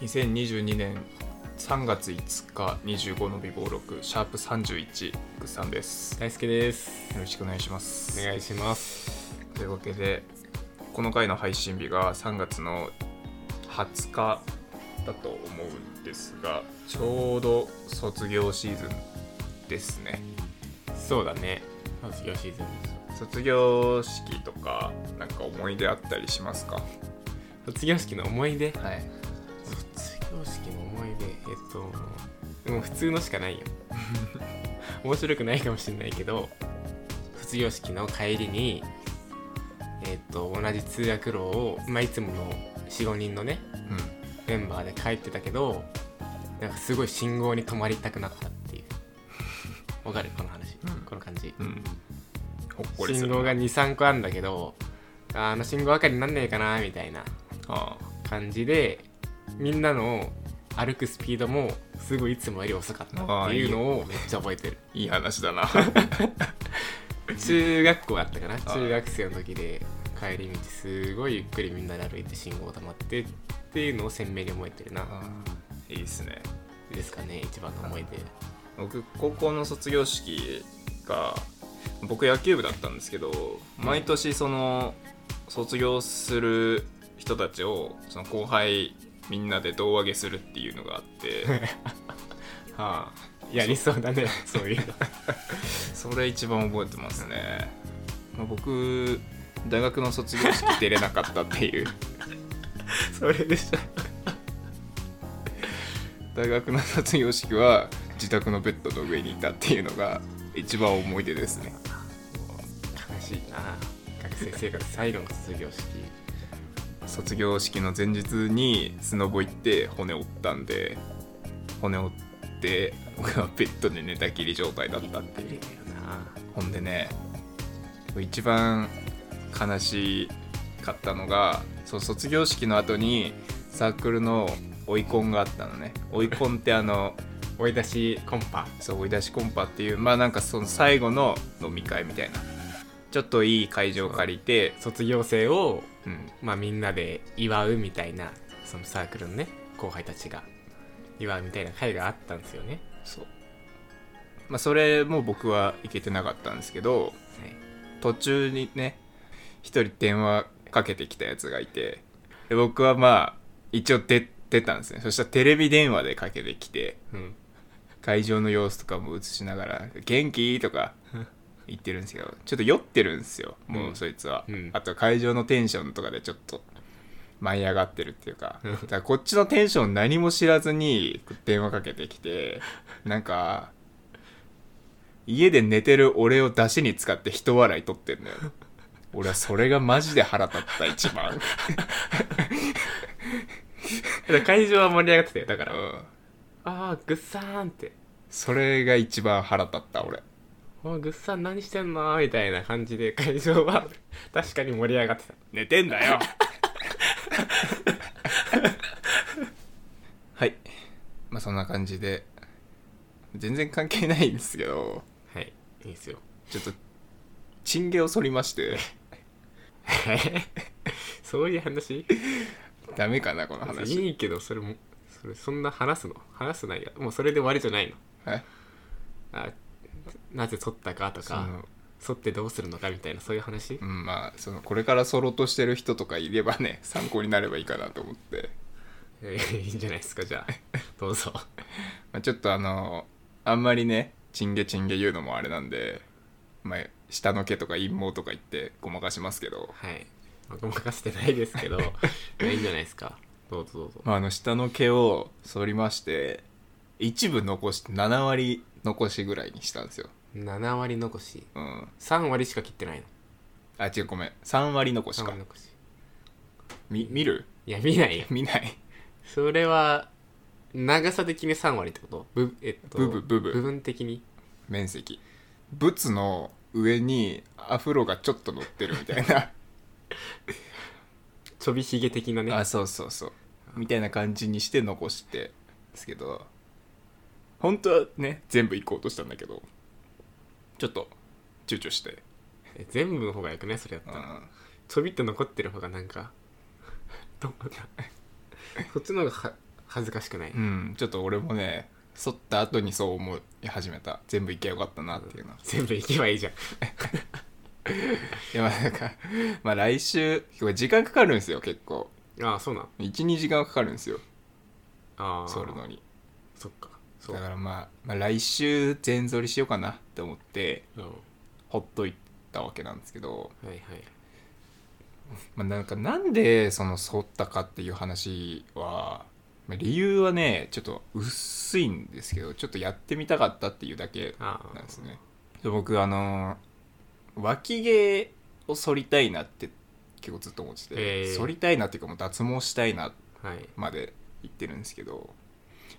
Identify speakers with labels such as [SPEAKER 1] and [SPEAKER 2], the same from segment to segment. [SPEAKER 1] 2022年3月5日25の微暴録シャープ31ぐっさんです
[SPEAKER 2] 大輔です
[SPEAKER 1] よろしくお願いします
[SPEAKER 2] お願いします
[SPEAKER 1] というわけでこの回の配信日が3月の20日だと思うんですがちょうど卒業シーズンですね
[SPEAKER 2] そうだね卒業シーズンです
[SPEAKER 1] 卒業式とかなんか思い出あったりしますか
[SPEAKER 2] 卒業式の思い出
[SPEAKER 1] はい
[SPEAKER 2] 卒業式の思い出えっともう普通のしか ないよ面白くないかもしれないけど卒業式の帰りにえっと同じ通学路を、まあ、いつもの45人のね
[SPEAKER 1] うん
[SPEAKER 2] メンバーで帰ってたけどなんかすごい信号に止まりたくなったっていう わかるこの話、
[SPEAKER 1] うん
[SPEAKER 2] この感じ
[SPEAKER 1] うんほっこりす
[SPEAKER 2] 信
[SPEAKER 1] る
[SPEAKER 2] 号が23個あんだけどあーあの信号赤になんねえかなみたいな
[SPEAKER 1] あ
[SPEAKER 2] 感じでみんなの歩くスピードもすごいいつもより遅かったっていうのをめっちゃ覚えてる
[SPEAKER 1] あいい話だな
[SPEAKER 2] 中学校だったかな
[SPEAKER 1] ー
[SPEAKER 2] 中学生の時で帰り道すごいゆっくりみんなで歩いて信号止まってっていうのを鮮明に覚えてるな
[SPEAKER 1] うんいいですね
[SPEAKER 2] ですかね一番の思い出
[SPEAKER 1] 僕高校の卒業式が僕野球部だったんですけど毎年その卒業する人たちをその後輩みんなで胴上げするっていうのがあって はあ
[SPEAKER 2] やりそうだねそういうの
[SPEAKER 1] それ一番覚えてますね、まあ、僕大学の卒業式出れなかったって いう
[SPEAKER 2] それでした
[SPEAKER 1] 大学の卒業式は自宅のベッドの上にいたっていうのが一番思い出ですね
[SPEAKER 2] 悲しいな学生生活最後の卒業式
[SPEAKER 1] 卒業式の前日にスノボ行って骨折ったんで骨折って僕はベッドで寝たきり状態だったっていうほんでね一番悲しかったのがそう卒業式の後にサークルの追いコンがあったのね追いコンってあの
[SPEAKER 2] 追い出しコンパ
[SPEAKER 1] そう追い出しコンパっていうまあなんかその最後の飲み会みたいなちょっといい会場借りて
[SPEAKER 2] 卒業生を、
[SPEAKER 1] うん
[SPEAKER 2] まあ、みんなで祝うみたいなそのサークルのね後輩たちが祝うみたいな会があったんですよね、
[SPEAKER 1] そうまあそれも僕は行けてなかったんですけど
[SPEAKER 2] はい、
[SPEAKER 1] 途中にね一人電話かけてきたやつがいてで僕はまあ一応出出たんですねそしたらテレビ電話でかけてきて
[SPEAKER 2] うん
[SPEAKER 1] 会場の様子とかも映しながら「元気?」とか言ってるんですけどちょっと酔ってるんですよも
[SPEAKER 2] うん
[SPEAKER 1] うそいつは、
[SPEAKER 2] うん
[SPEAKER 1] あと会場のテンションとかでちょっと舞い上がってるっていうか
[SPEAKER 2] うん
[SPEAKER 1] だからこっちのテンション何も知らずに電話かけてきてなんか家で寝てる俺を出しに使って人笑い取ってんのよ俺はそれがマジで腹立った一 番
[SPEAKER 2] だから会場は盛り上がってたよだか
[SPEAKER 1] う
[SPEAKER 2] ら「あ
[SPEAKER 1] ん
[SPEAKER 2] あーぐっさーん」って
[SPEAKER 1] それが一番腹立った俺
[SPEAKER 2] 「おーぐっさん何してんの?」みたいな感じで会場は 確かに盛り上がってた
[SPEAKER 1] 寝てんだよ はいまあそんな感じで全然関係ないんですけど
[SPEAKER 2] はいいいですよ
[SPEAKER 1] ちょっとチン毛を剃りまして
[SPEAKER 2] そういう話
[SPEAKER 1] ダメかなこの話
[SPEAKER 2] いいけどそれもそれそんな話すの話す内容もうそれで終わりじゃないの
[SPEAKER 1] はい
[SPEAKER 2] あなぜ剃ったかと
[SPEAKER 1] そ
[SPEAKER 2] か
[SPEAKER 1] の
[SPEAKER 2] 剃ってどうするのかみたいなそういう話
[SPEAKER 1] うんまあそのこれから剃ろうとしてる人とかいればね 参考になればいいかなと思って、
[SPEAKER 2] えーいいんじゃないですかじゃ あどうぞ
[SPEAKER 1] まあ、ちょっとあのあんまりねチン毛チン毛言うのもあれなんでまあ下の毛とか陰毛とか言ってごまかしますけど
[SPEAKER 2] はいまあごまかしてないです けどいやいいんじゃないですかどうぞどうぞ
[SPEAKER 1] まあ、あの下の毛を剃りまして一部残して7割残しぐらいにしたんですよ、
[SPEAKER 2] 7割残し
[SPEAKER 1] うん、
[SPEAKER 2] 3割しか切ってないの
[SPEAKER 1] あ違うごめん3割残し
[SPEAKER 2] 3
[SPEAKER 1] か
[SPEAKER 2] 割残し
[SPEAKER 1] み見る
[SPEAKER 2] いや見ないよ
[SPEAKER 1] 見ない
[SPEAKER 2] それは長さ的に3割ってことぶえっと
[SPEAKER 1] 部分部分
[SPEAKER 2] 部分的に
[SPEAKER 1] 面積ブツの上にアフロがちょっと乗ってるみたいな
[SPEAKER 2] ちょびひげ的 なね
[SPEAKER 1] あそうそうそうみたいな感じにして残してですけど本当はね全部行こうとしたんだけどちょっと躊躇して、
[SPEAKER 2] え全部の方がよくねそれやっ
[SPEAKER 1] う
[SPEAKER 2] たら
[SPEAKER 1] ん、
[SPEAKER 2] ちょびっと残ってる方がなんかどうそっちの方がは恥ずかしくない、
[SPEAKER 1] うんちょっと俺もね剃った後にそう思い始めた全部いけばよかったなっていうのは
[SPEAKER 2] 全部行けばいいじゃん
[SPEAKER 1] いやまあなんか まあ来週これ時間かかるんですよ結構
[SPEAKER 2] ああそうなん
[SPEAKER 1] 12時間かかるんですよ
[SPEAKER 2] ああ
[SPEAKER 1] 剃るのに
[SPEAKER 2] そっかそう
[SPEAKER 1] だからまあ、まあ、来週全剃りしようかなって思って
[SPEAKER 2] うんは
[SPEAKER 1] ほっといたわけなんですけど、
[SPEAKER 2] いはい
[SPEAKER 1] まあ、なんかなんでその剃ったかっていう話はまあ理由はねちょっと薄いんですけどちょっとやってみたかったっていうだけ
[SPEAKER 2] ああ
[SPEAKER 1] なんですねで僕あのー脇毛を剃りたいなって結構ずっと思ってて、
[SPEAKER 2] えー
[SPEAKER 1] 剃りたいなっていうかもう脱毛したいな
[SPEAKER 2] はい
[SPEAKER 1] まで言ってるんですけど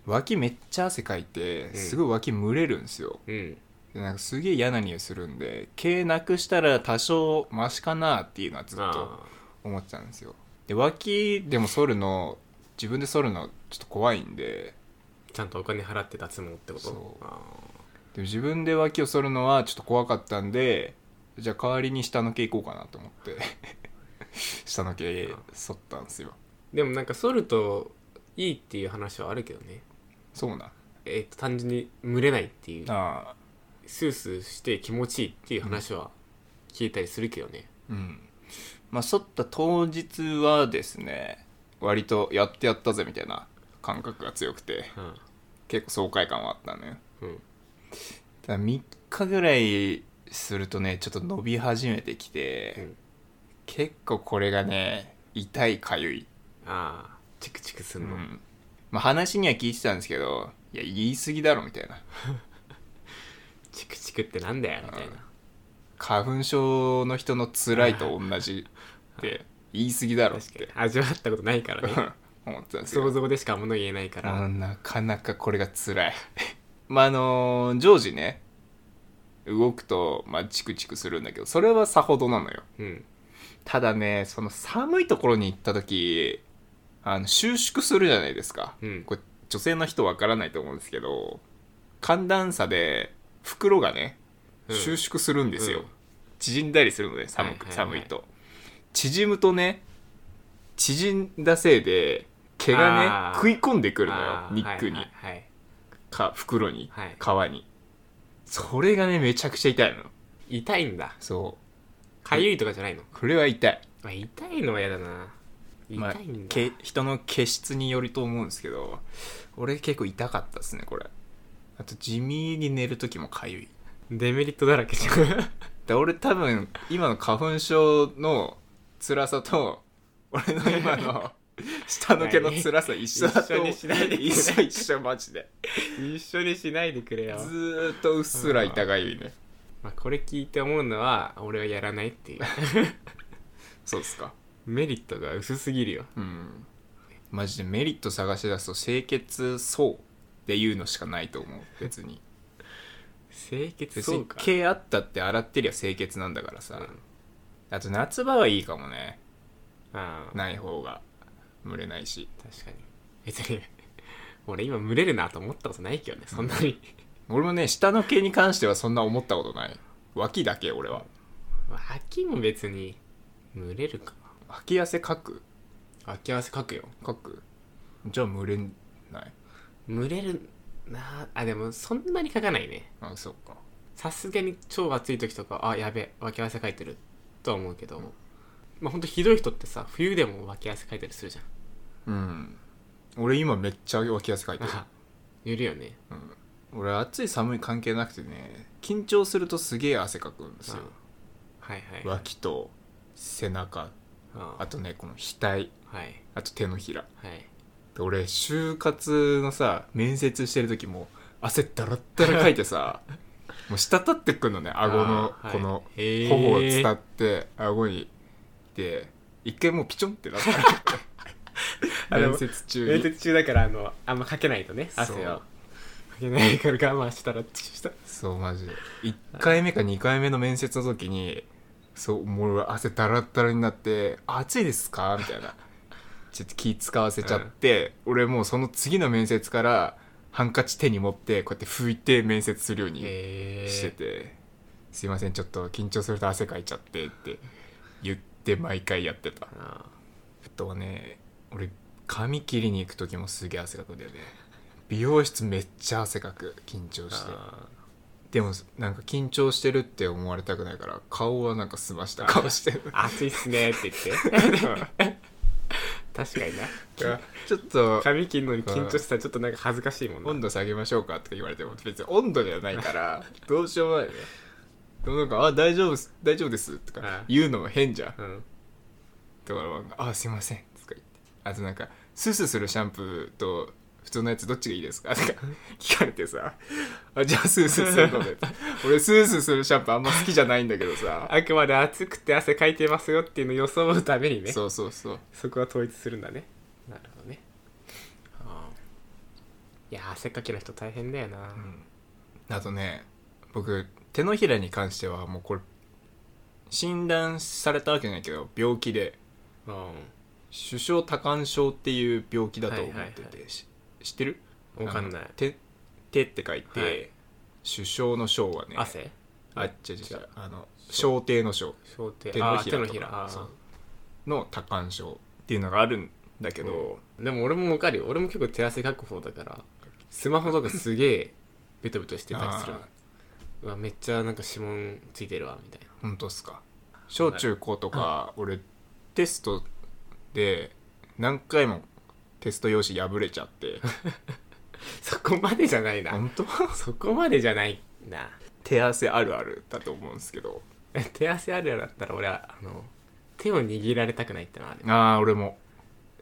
[SPEAKER 1] 脇めっちゃ汗かいて
[SPEAKER 2] ん
[SPEAKER 1] すごい脇蒸れるんですよ、
[SPEAKER 2] うん
[SPEAKER 1] でなんかすげえ嫌な匂いするんで毛なくしたら多少マシかなっていうのはずっと
[SPEAKER 2] あ
[SPEAKER 1] 思ってたんですよで脇でも剃るの自分で剃るのちょっと怖いんで
[SPEAKER 2] あちゃんとお金払って脱毛ってこと
[SPEAKER 1] そう
[SPEAKER 2] あ
[SPEAKER 1] でも自分で脇を剃るのはちょっと怖かったんでじゃあ代わりに下の毛いこうかなと思って 下の毛剃ったんですよ
[SPEAKER 2] ーでもなんか剃るといいっていう話はあるけどね
[SPEAKER 1] そうなん
[SPEAKER 2] えっと単純に蒸れないっていう
[SPEAKER 1] ああ
[SPEAKER 2] スースーして気持ちいいっていう話は聞いたりするけどね、
[SPEAKER 1] うんまあ剃った当日はですね割とやってやったぜみたいな感覚が強くて
[SPEAKER 2] うん
[SPEAKER 1] 結構爽快感はあったのよ
[SPEAKER 2] うん、
[SPEAKER 1] ただ3日ぐらいするとねちょっと伸び始めてきて、
[SPEAKER 2] うん
[SPEAKER 1] 結構これがね痛いかゆい、
[SPEAKER 2] ああチクチクすんの、
[SPEAKER 1] うんまあ、話には聞いてたんですけどいや言い過ぎだろみたいな
[SPEAKER 2] チクチクってなんだよみたいな、
[SPEAKER 1] 花粉症の人の辛いと同じって言い過ぎだろっ
[SPEAKER 2] 確かに
[SPEAKER 1] て
[SPEAKER 2] 味わったことないからね
[SPEAKER 1] 思ってたんですよ
[SPEAKER 2] 想像でしか物言えないから、
[SPEAKER 1] うんなかなかこれが辛い まああのー常時ね動くと、まあ、チクチクするんだけどそれはさほどなのよ
[SPEAKER 2] うん
[SPEAKER 1] ただねその寒いところに行った時あの収縮するじゃないですか、
[SPEAKER 2] うん
[SPEAKER 1] これ女性の人わからないと思うんですけど寒暖差で袋がね
[SPEAKER 2] うん
[SPEAKER 1] 収縮するんですよ、
[SPEAKER 2] うん
[SPEAKER 1] 縮んだりするので寒く、
[SPEAKER 2] はいはいはい
[SPEAKER 1] 寒いと縮むとね縮んだせいで毛が
[SPEAKER 2] あ
[SPEAKER 1] ね
[SPEAKER 2] ー
[SPEAKER 1] 食い込んでくるのよ
[SPEAKER 2] あー
[SPEAKER 1] ニックに、
[SPEAKER 2] はいはいはい
[SPEAKER 1] か袋に、
[SPEAKER 2] はい
[SPEAKER 1] 皮にそれがねめちゃくちゃ痛いの
[SPEAKER 2] 痛いんだ
[SPEAKER 1] そう
[SPEAKER 2] かゆいとかじゃないの、
[SPEAKER 1] これは痛い
[SPEAKER 2] まあ、痛いのは嫌だな
[SPEAKER 1] まあ
[SPEAKER 2] 痛いんだ、
[SPEAKER 1] け人の毛質によると思うんですけど俺結構痛かったですねこれあと地味に寝る時もかゆい
[SPEAKER 2] デメリットだらけじゃん
[SPEAKER 1] で俺多分今の花粉症の辛さと俺の今 の下の毛の辛さ一緒だと思う
[SPEAKER 2] 一緒にしないでくれ
[SPEAKER 1] 一緒一緒マジで
[SPEAKER 2] 一緒にしないでくれ
[SPEAKER 1] ず
[SPEAKER 2] よ、
[SPEAKER 1] ーっとうっすら痛がゆいね
[SPEAKER 2] まあ、これ聞いて思うのは俺はやらない っていう
[SPEAKER 1] そうですか
[SPEAKER 2] メリットが薄すぎるよ
[SPEAKER 1] うんマジでメリット探し出すと清潔そうっていうのしかないと思う別に
[SPEAKER 2] 清潔
[SPEAKER 1] 別
[SPEAKER 2] そ
[SPEAKER 1] に
[SPEAKER 2] うか
[SPEAKER 1] 毛あったって洗ってりゃ清潔なんだからさ、
[SPEAKER 2] うん
[SPEAKER 1] あと夏場はいいかもね
[SPEAKER 2] ああ
[SPEAKER 1] ない方が蒸れないし
[SPEAKER 2] 確かに別に俺今群れるなと思ったことないけどねそんなに
[SPEAKER 1] 俺もね下の毛に関してはそんな思ったことない脇だけ俺は
[SPEAKER 2] 秋も別に蒸れるか
[SPEAKER 1] 脇汗かく
[SPEAKER 2] 秋合わせ書くよ
[SPEAKER 1] かくじゃあ蒸れない
[SPEAKER 2] 蒸れるなあでもそんなに書かないね
[SPEAKER 1] あそっか
[SPEAKER 2] さすがに超暑い時とかあやべ脇汗かいてるとは思うけど、まあほんとひどい人ってさ冬でも脇汗かいたりするじ
[SPEAKER 1] うん俺今めっちゃ脇汗かい
[SPEAKER 2] ゃ
[SPEAKER 1] て
[SPEAKER 2] ん
[SPEAKER 1] る
[SPEAKER 2] あいるよね
[SPEAKER 1] 俺暑い寒い関係なくてね緊張するとすげえ汗かくんですよ
[SPEAKER 2] うんはいはい
[SPEAKER 1] 脇と背中
[SPEAKER 2] あ
[SPEAKER 1] あとねこの額
[SPEAKER 2] はい
[SPEAKER 1] あと手のひら
[SPEAKER 2] はい
[SPEAKER 1] で俺就活のさ面接してる時も汗だらだらかいて さもう滴ってくんのね顎の
[SPEAKER 2] あーはい
[SPEAKER 1] この
[SPEAKER 2] へー
[SPEAKER 1] 頬を伝って顎にで一回もうピチョンってなった
[SPEAKER 2] あでも
[SPEAKER 1] 面接中
[SPEAKER 2] 面
[SPEAKER 1] に
[SPEAKER 2] 接中だからあのあんまかけないとね
[SPEAKER 1] そう
[SPEAKER 2] 汗をかけないから我慢したらってした
[SPEAKER 1] そうマジで1回目か2回目の面接の時にそうもう汗だらだらになって「暑いですか?」みたいなちょっと気使わせちゃって、俺もうその次の面接からハンカチ手に持ってこうやって拭いて面接するように
[SPEAKER 2] え
[SPEAKER 1] してて、すいませんちょっと緊張すると汗かいちゃってって言って毎回やってたあとはね俺髪切りに行く時もすげえ汗かくんだよね美容室めっちゃ汗かく緊張して
[SPEAKER 2] あ
[SPEAKER 1] でもなんか緊張してるって思われたくないから顔はなんか澄ました顔 してる
[SPEAKER 2] ー暑いっすねって言って 確かに な
[SPEAKER 1] ちょっと
[SPEAKER 2] 髪切るのに緊張してたらちょっとなんか恥ずかしいもんな
[SPEAKER 1] 温度下げましょうかとか言われても別に温度ではないから どうしようもないねでもなんか「あ大丈夫っす大丈夫です」と
[SPEAKER 2] ああ
[SPEAKER 1] か言うのも変じゃん
[SPEAKER 2] うん
[SPEAKER 1] だから「あすいません」とか言ってあとなんか「スースーするシャンプーと普通のやつどっちがいいですか?」とか 聞かれてさ「あじゃあスースーするの で」俺スースーするシャンプーあんま好きじゃないんだけどさ
[SPEAKER 2] あくまで暑くて汗かいてますよっていうのを装うためにねそ
[SPEAKER 1] そうそうそう
[SPEAKER 2] こは統一するんだねなるほどねあーいや汗かきの人大変だよな、
[SPEAKER 1] あとね僕手のひらに関してはもうこれ診断されたわけじゃないけど病気で
[SPEAKER 2] うん
[SPEAKER 1] 手掌多汗症っていう病気だと思ってて、
[SPEAKER 2] はいはい
[SPEAKER 1] し知ってる
[SPEAKER 2] わかんない
[SPEAKER 1] あの手手って書いて、
[SPEAKER 2] はい
[SPEAKER 1] 首相の章はね
[SPEAKER 2] 汗
[SPEAKER 1] あ違う違う違うあの小手の章
[SPEAKER 2] 小手
[SPEAKER 1] 手のひら
[SPEAKER 2] あー
[SPEAKER 1] と
[SPEAKER 2] 手のひら
[SPEAKER 1] か
[SPEAKER 2] あー
[SPEAKER 1] そうの多汗症っていうのがあるんだけど、
[SPEAKER 2] でも俺もわかるよ俺も結構手汗かく方だからスマホとかすげえベトベトしてたりするの
[SPEAKER 1] あー
[SPEAKER 2] うわめっちゃなんか指紋ついてるわみたいな
[SPEAKER 1] 本当っすか小中高とか俺テストで何回もテスト用紙破れちゃって
[SPEAKER 2] そこまでじゃないな
[SPEAKER 1] 本当
[SPEAKER 2] そこまでじゃないな
[SPEAKER 1] 手汗あるあるだと思うんですけど
[SPEAKER 2] 手汗あるやろだったら俺はあの手を握られたくないってのはある
[SPEAKER 1] ああ俺も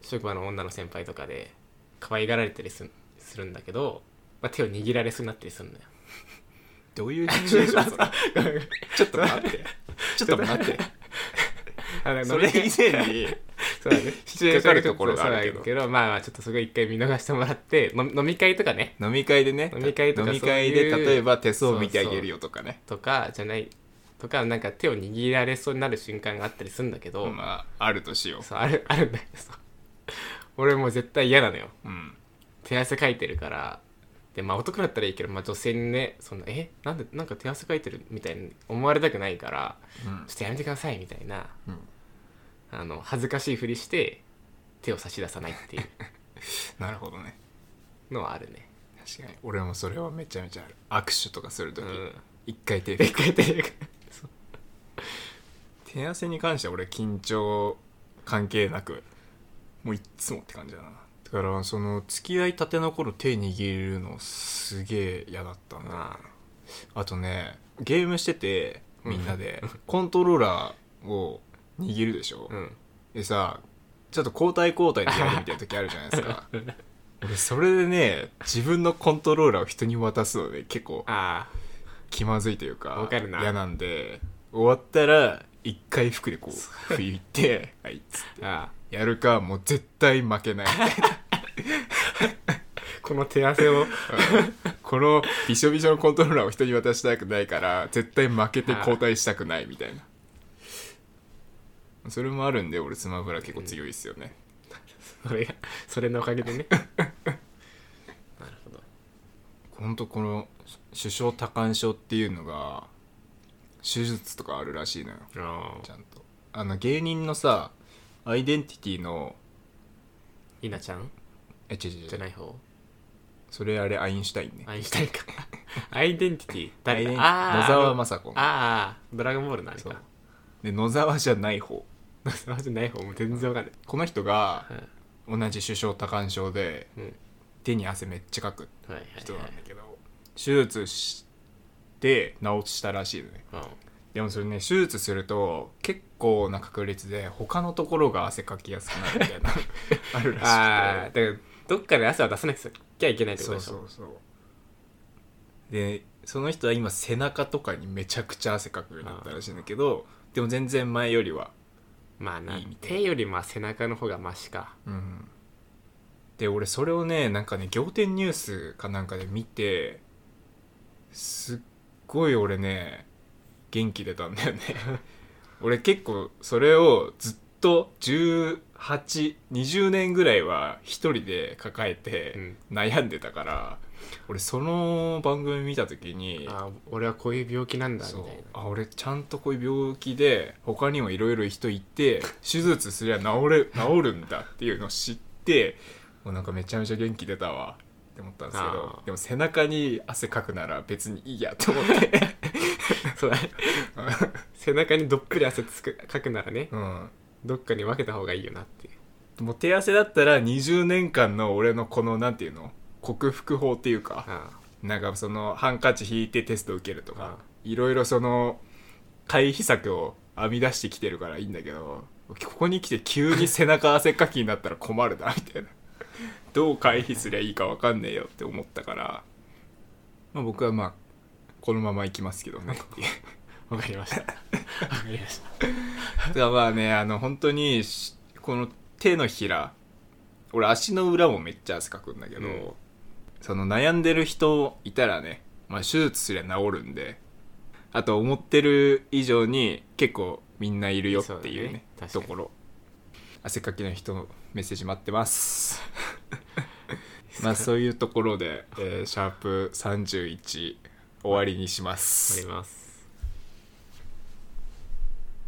[SPEAKER 2] 職場の女の先輩とかで可愛がられたりすするんだけど、まあ、手を握られそうになったりするんだよ
[SPEAKER 1] どういうシチュエー ションそれ ちょっと待って ちょっと待 って
[SPEAKER 2] あの
[SPEAKER 1] それ以前に
[SPEAKER 2] そうだねシチュエ
[SPEAKER 1] 引
[SPEAKER 2] ーションがちょっ
[SPEAKER 1] っかかるところがあるけど
[SPEAKER 2] そうだまあまあちょっとそこ一回見逃してもらっての飲み会とかね
[SPEAKER 1] 飲み会でね
[SPEAKER 2] 飲み会とか
[SPEAKER 1] 飲み会
[SPEAKER 2] そう
[SPEAKER 1] で
[SPEAKER 2] いう
[SPEAKER 1] 例えば手相見てあげるよとかね
[SPEAKER 2] とかじゃないとかなんか手を握られそうになる瞬間があったりするんだけど、
[SPEAKER 1] まああるとしよ
[SPEAKER 2] そうあるあるんだけど そう俺もう絶対嫌なのよ
[SPEAKER 1] う、うん、
[SPEAKER 2] 手汗かいてるからでまあ男だったらいいけど、まあ、女性にねそんな「えなんでなんか手汗かいてる?」みたいに思われたくないから
[SPEAKER 1] うん
[SPEAKER 2] 「ちょっとやめてください」みたいな、
[SPEAKER 1] うん
[SPEAKER 2] あの恥ずかしいふりして手を差し出さないっていう
[SPEAKER 1] なるほどね
[SPEAKER 2] のはある ね。
[SPEAKER 1] 確かに俺もそれはめちゃめちゃある握手とかすると
[SPEAKER 2] う
[SPEAKER 1] き
[SPEAKER 2] ん、
[SPEAKER 1] 一回手
[SPEAKER 2] でこうやってそう
[SPEAKER 1] 手汗に関しては俺緊張関係なくもういっつもって感じだなだからその付き合いたての頃手握るのすげえ嫌だったな
[SPEAKER 2] ま
[SPEAKER 1] あとねゲームしててみんなで、コントローラーを握るでしょ、
[SPEAKER 2] あうん
[SPEAKER 1] でさちょっと交代交代でやるみたいな時あるじゃないです か俺それでね自分のコントローラーを人に渡すので結構
[SPEAKER 2] あ
[SPEAKER 1] 気まずいというか
[SPEAKER 2] わかるな
[SPEAKER 1] 嫌なんで終わったら一回服でこう拭いて「はい」っつって
[SPEAKER 2] ーあ
[SPEAKER 1] やるかもう絶対負け ない
[SPEAKER 2] ーこの手汗を
[SPEAKER 1] このびしょびしょのコントローラーを人に渡したくないから絶対負けて交代したくないみたいなそれもあるんで俺スマブラ結構強いっすよね、
[SPEAKER 2] それがそれのおかげでねなるほど
[SPEAKER 1] ほんとこの首相多汗症っていうのが手術とかあるらしいのよ
[SPEAKER 2] あ
[SPEAKER 1] ちゃんとあの芸人のさアイデンティティの
[SPEAKER 2] ーいなちゃん
[SPEAKER 1] え違う違う違
[SPEAKER 2] じゃ
[SPEAKER 1] う
[SPEAKER 2] ない方
[SPEAKER 1] それあれアインシュタインね
[SPEAKER 2] アインシュタイン かアイデンティティ誰だ
[SPEAKER 1] 野
[SPEAKER 2] あー
[SPEAKER 1] 沢雅子
[SPEAKER 2] ああドラゴンボールのあれ
[SPEAKER 1] そう
[SPEAKER 2] か
[SPEAKER 1] で野沢じゃない方
[SPEAKER 2] 野沢じゃない方も全然わかんない、
[SPEAKER 1] この人が
[SPEAKER 2] はい
[SPEAKER 1] 同じ首相多汗症で
[SPEAKER 2] うん、
[SPEAKER 1] 手に汗めっちゃかく
[SPEAKER 2] はいはいはい
[SPEAKER 1] 人なんだけど手術して治したらしいのね
[SPEAKER 2] うん
[SPEAKER 1] でもそれね手術すると結構な確率で他のところが汗かきやすくなるみたいな あ るら
[SPEAKER 2] ああ
[SPEAKER 1] し
[SPEAKER 2] だからどっかで汗は出さなきゃいけないっ
[SPEAKER 1] くて
[SPEAKER 2] てこ
[SPEAKER 1] そ
[SPEAKER 2] と
[SPEAKER 1] う
[SPEAKER 2] でし
[SPEAKER 1] そ
[SPEAKER 2] ょ
[SPEAKER 1] うそうでその人は今背中とかにめちゃくちゃ汗かくようになったらしいんだけどでも全然前よりは
[SPEAKER 2] まあない
[SPEAKER 1] いみたいな
[SPEAKER 2] 手よりまあ背中の方がマシか
[SPEAKER 1] うんで俺それをねなんかね仰天ニュースかなんかで見てすっごい俺ね元気出たんだよね 俺結構それをずっと1820年ぐらいは一人で抱え
[SPEAKER 2] う
[SPEAKER 1] て
[SPEAKER 2] ん
[SPEAKER 1] 悩んでたから、俺その番組見た時に
[SPEAKER 2] あー俺はこういう病気なんだみ
[SPEAKER 1] そう
[SPEAKER 2] たい
[SPEAKER 1] あ俺ちゃんとこういう病気 で他にもいろいろ人いて手術すりゃ治れ治るんだっていうのを知っってもうなんかめちゃめちゃ元気出たわって思ったんですけ
[SPEAKER 2] あ
[SPEAKER 1] ど
[SPEAKER 2] ー
[SPEAKER 1] でも背中に汗かくなら別にいいやと思って
[SPEAKER 2] そうだね背中にどっぷり汗つくかくならね
[SPEAKER 1] うん
[SPEAKER 2] どっかに分けた方がいいよなっていう
[SPEAKER 1] もう手汗だったら20年間の俺のこのなんていうの克服法っていうか
[SPEAKER 2] ああ
[SPEAKER 1] なんかそのハンカチ引いてテスト受けると
[SPEAKER 2] ああ
[SPEAKER 1] かいろいろその回避策を編み出してきてるからいいんだけどここに来て急に背中汗っかきになったら困るなみたいな どう回避すりゃいいか分かんねえよって思ったから、まあ、僕はまあこのまま行きますけどねっていう
[SPEAKER 2] わかり ましたわかりました
[SPEAKER 1] だからまあねあの本当にしこの手のひら俺足の裏もめっちゃ汗かくんだけど、
[SPEAKER 2] うん
[SPEAKER 1] その悩んでる人いたらね、まあ、手術すりゃ治るんであと思ってる以上に結構みんないるよっていうねと
[SPEAKER 2] そうだね確かに
[SPEAKER 1] ころ汗かきの人メッセージ待ってます まあそういうところで、えーシャープ31終わりにしま
[SPEAKER 2] 終
[SPEAKER 1] す
[SPEAKER 2] わります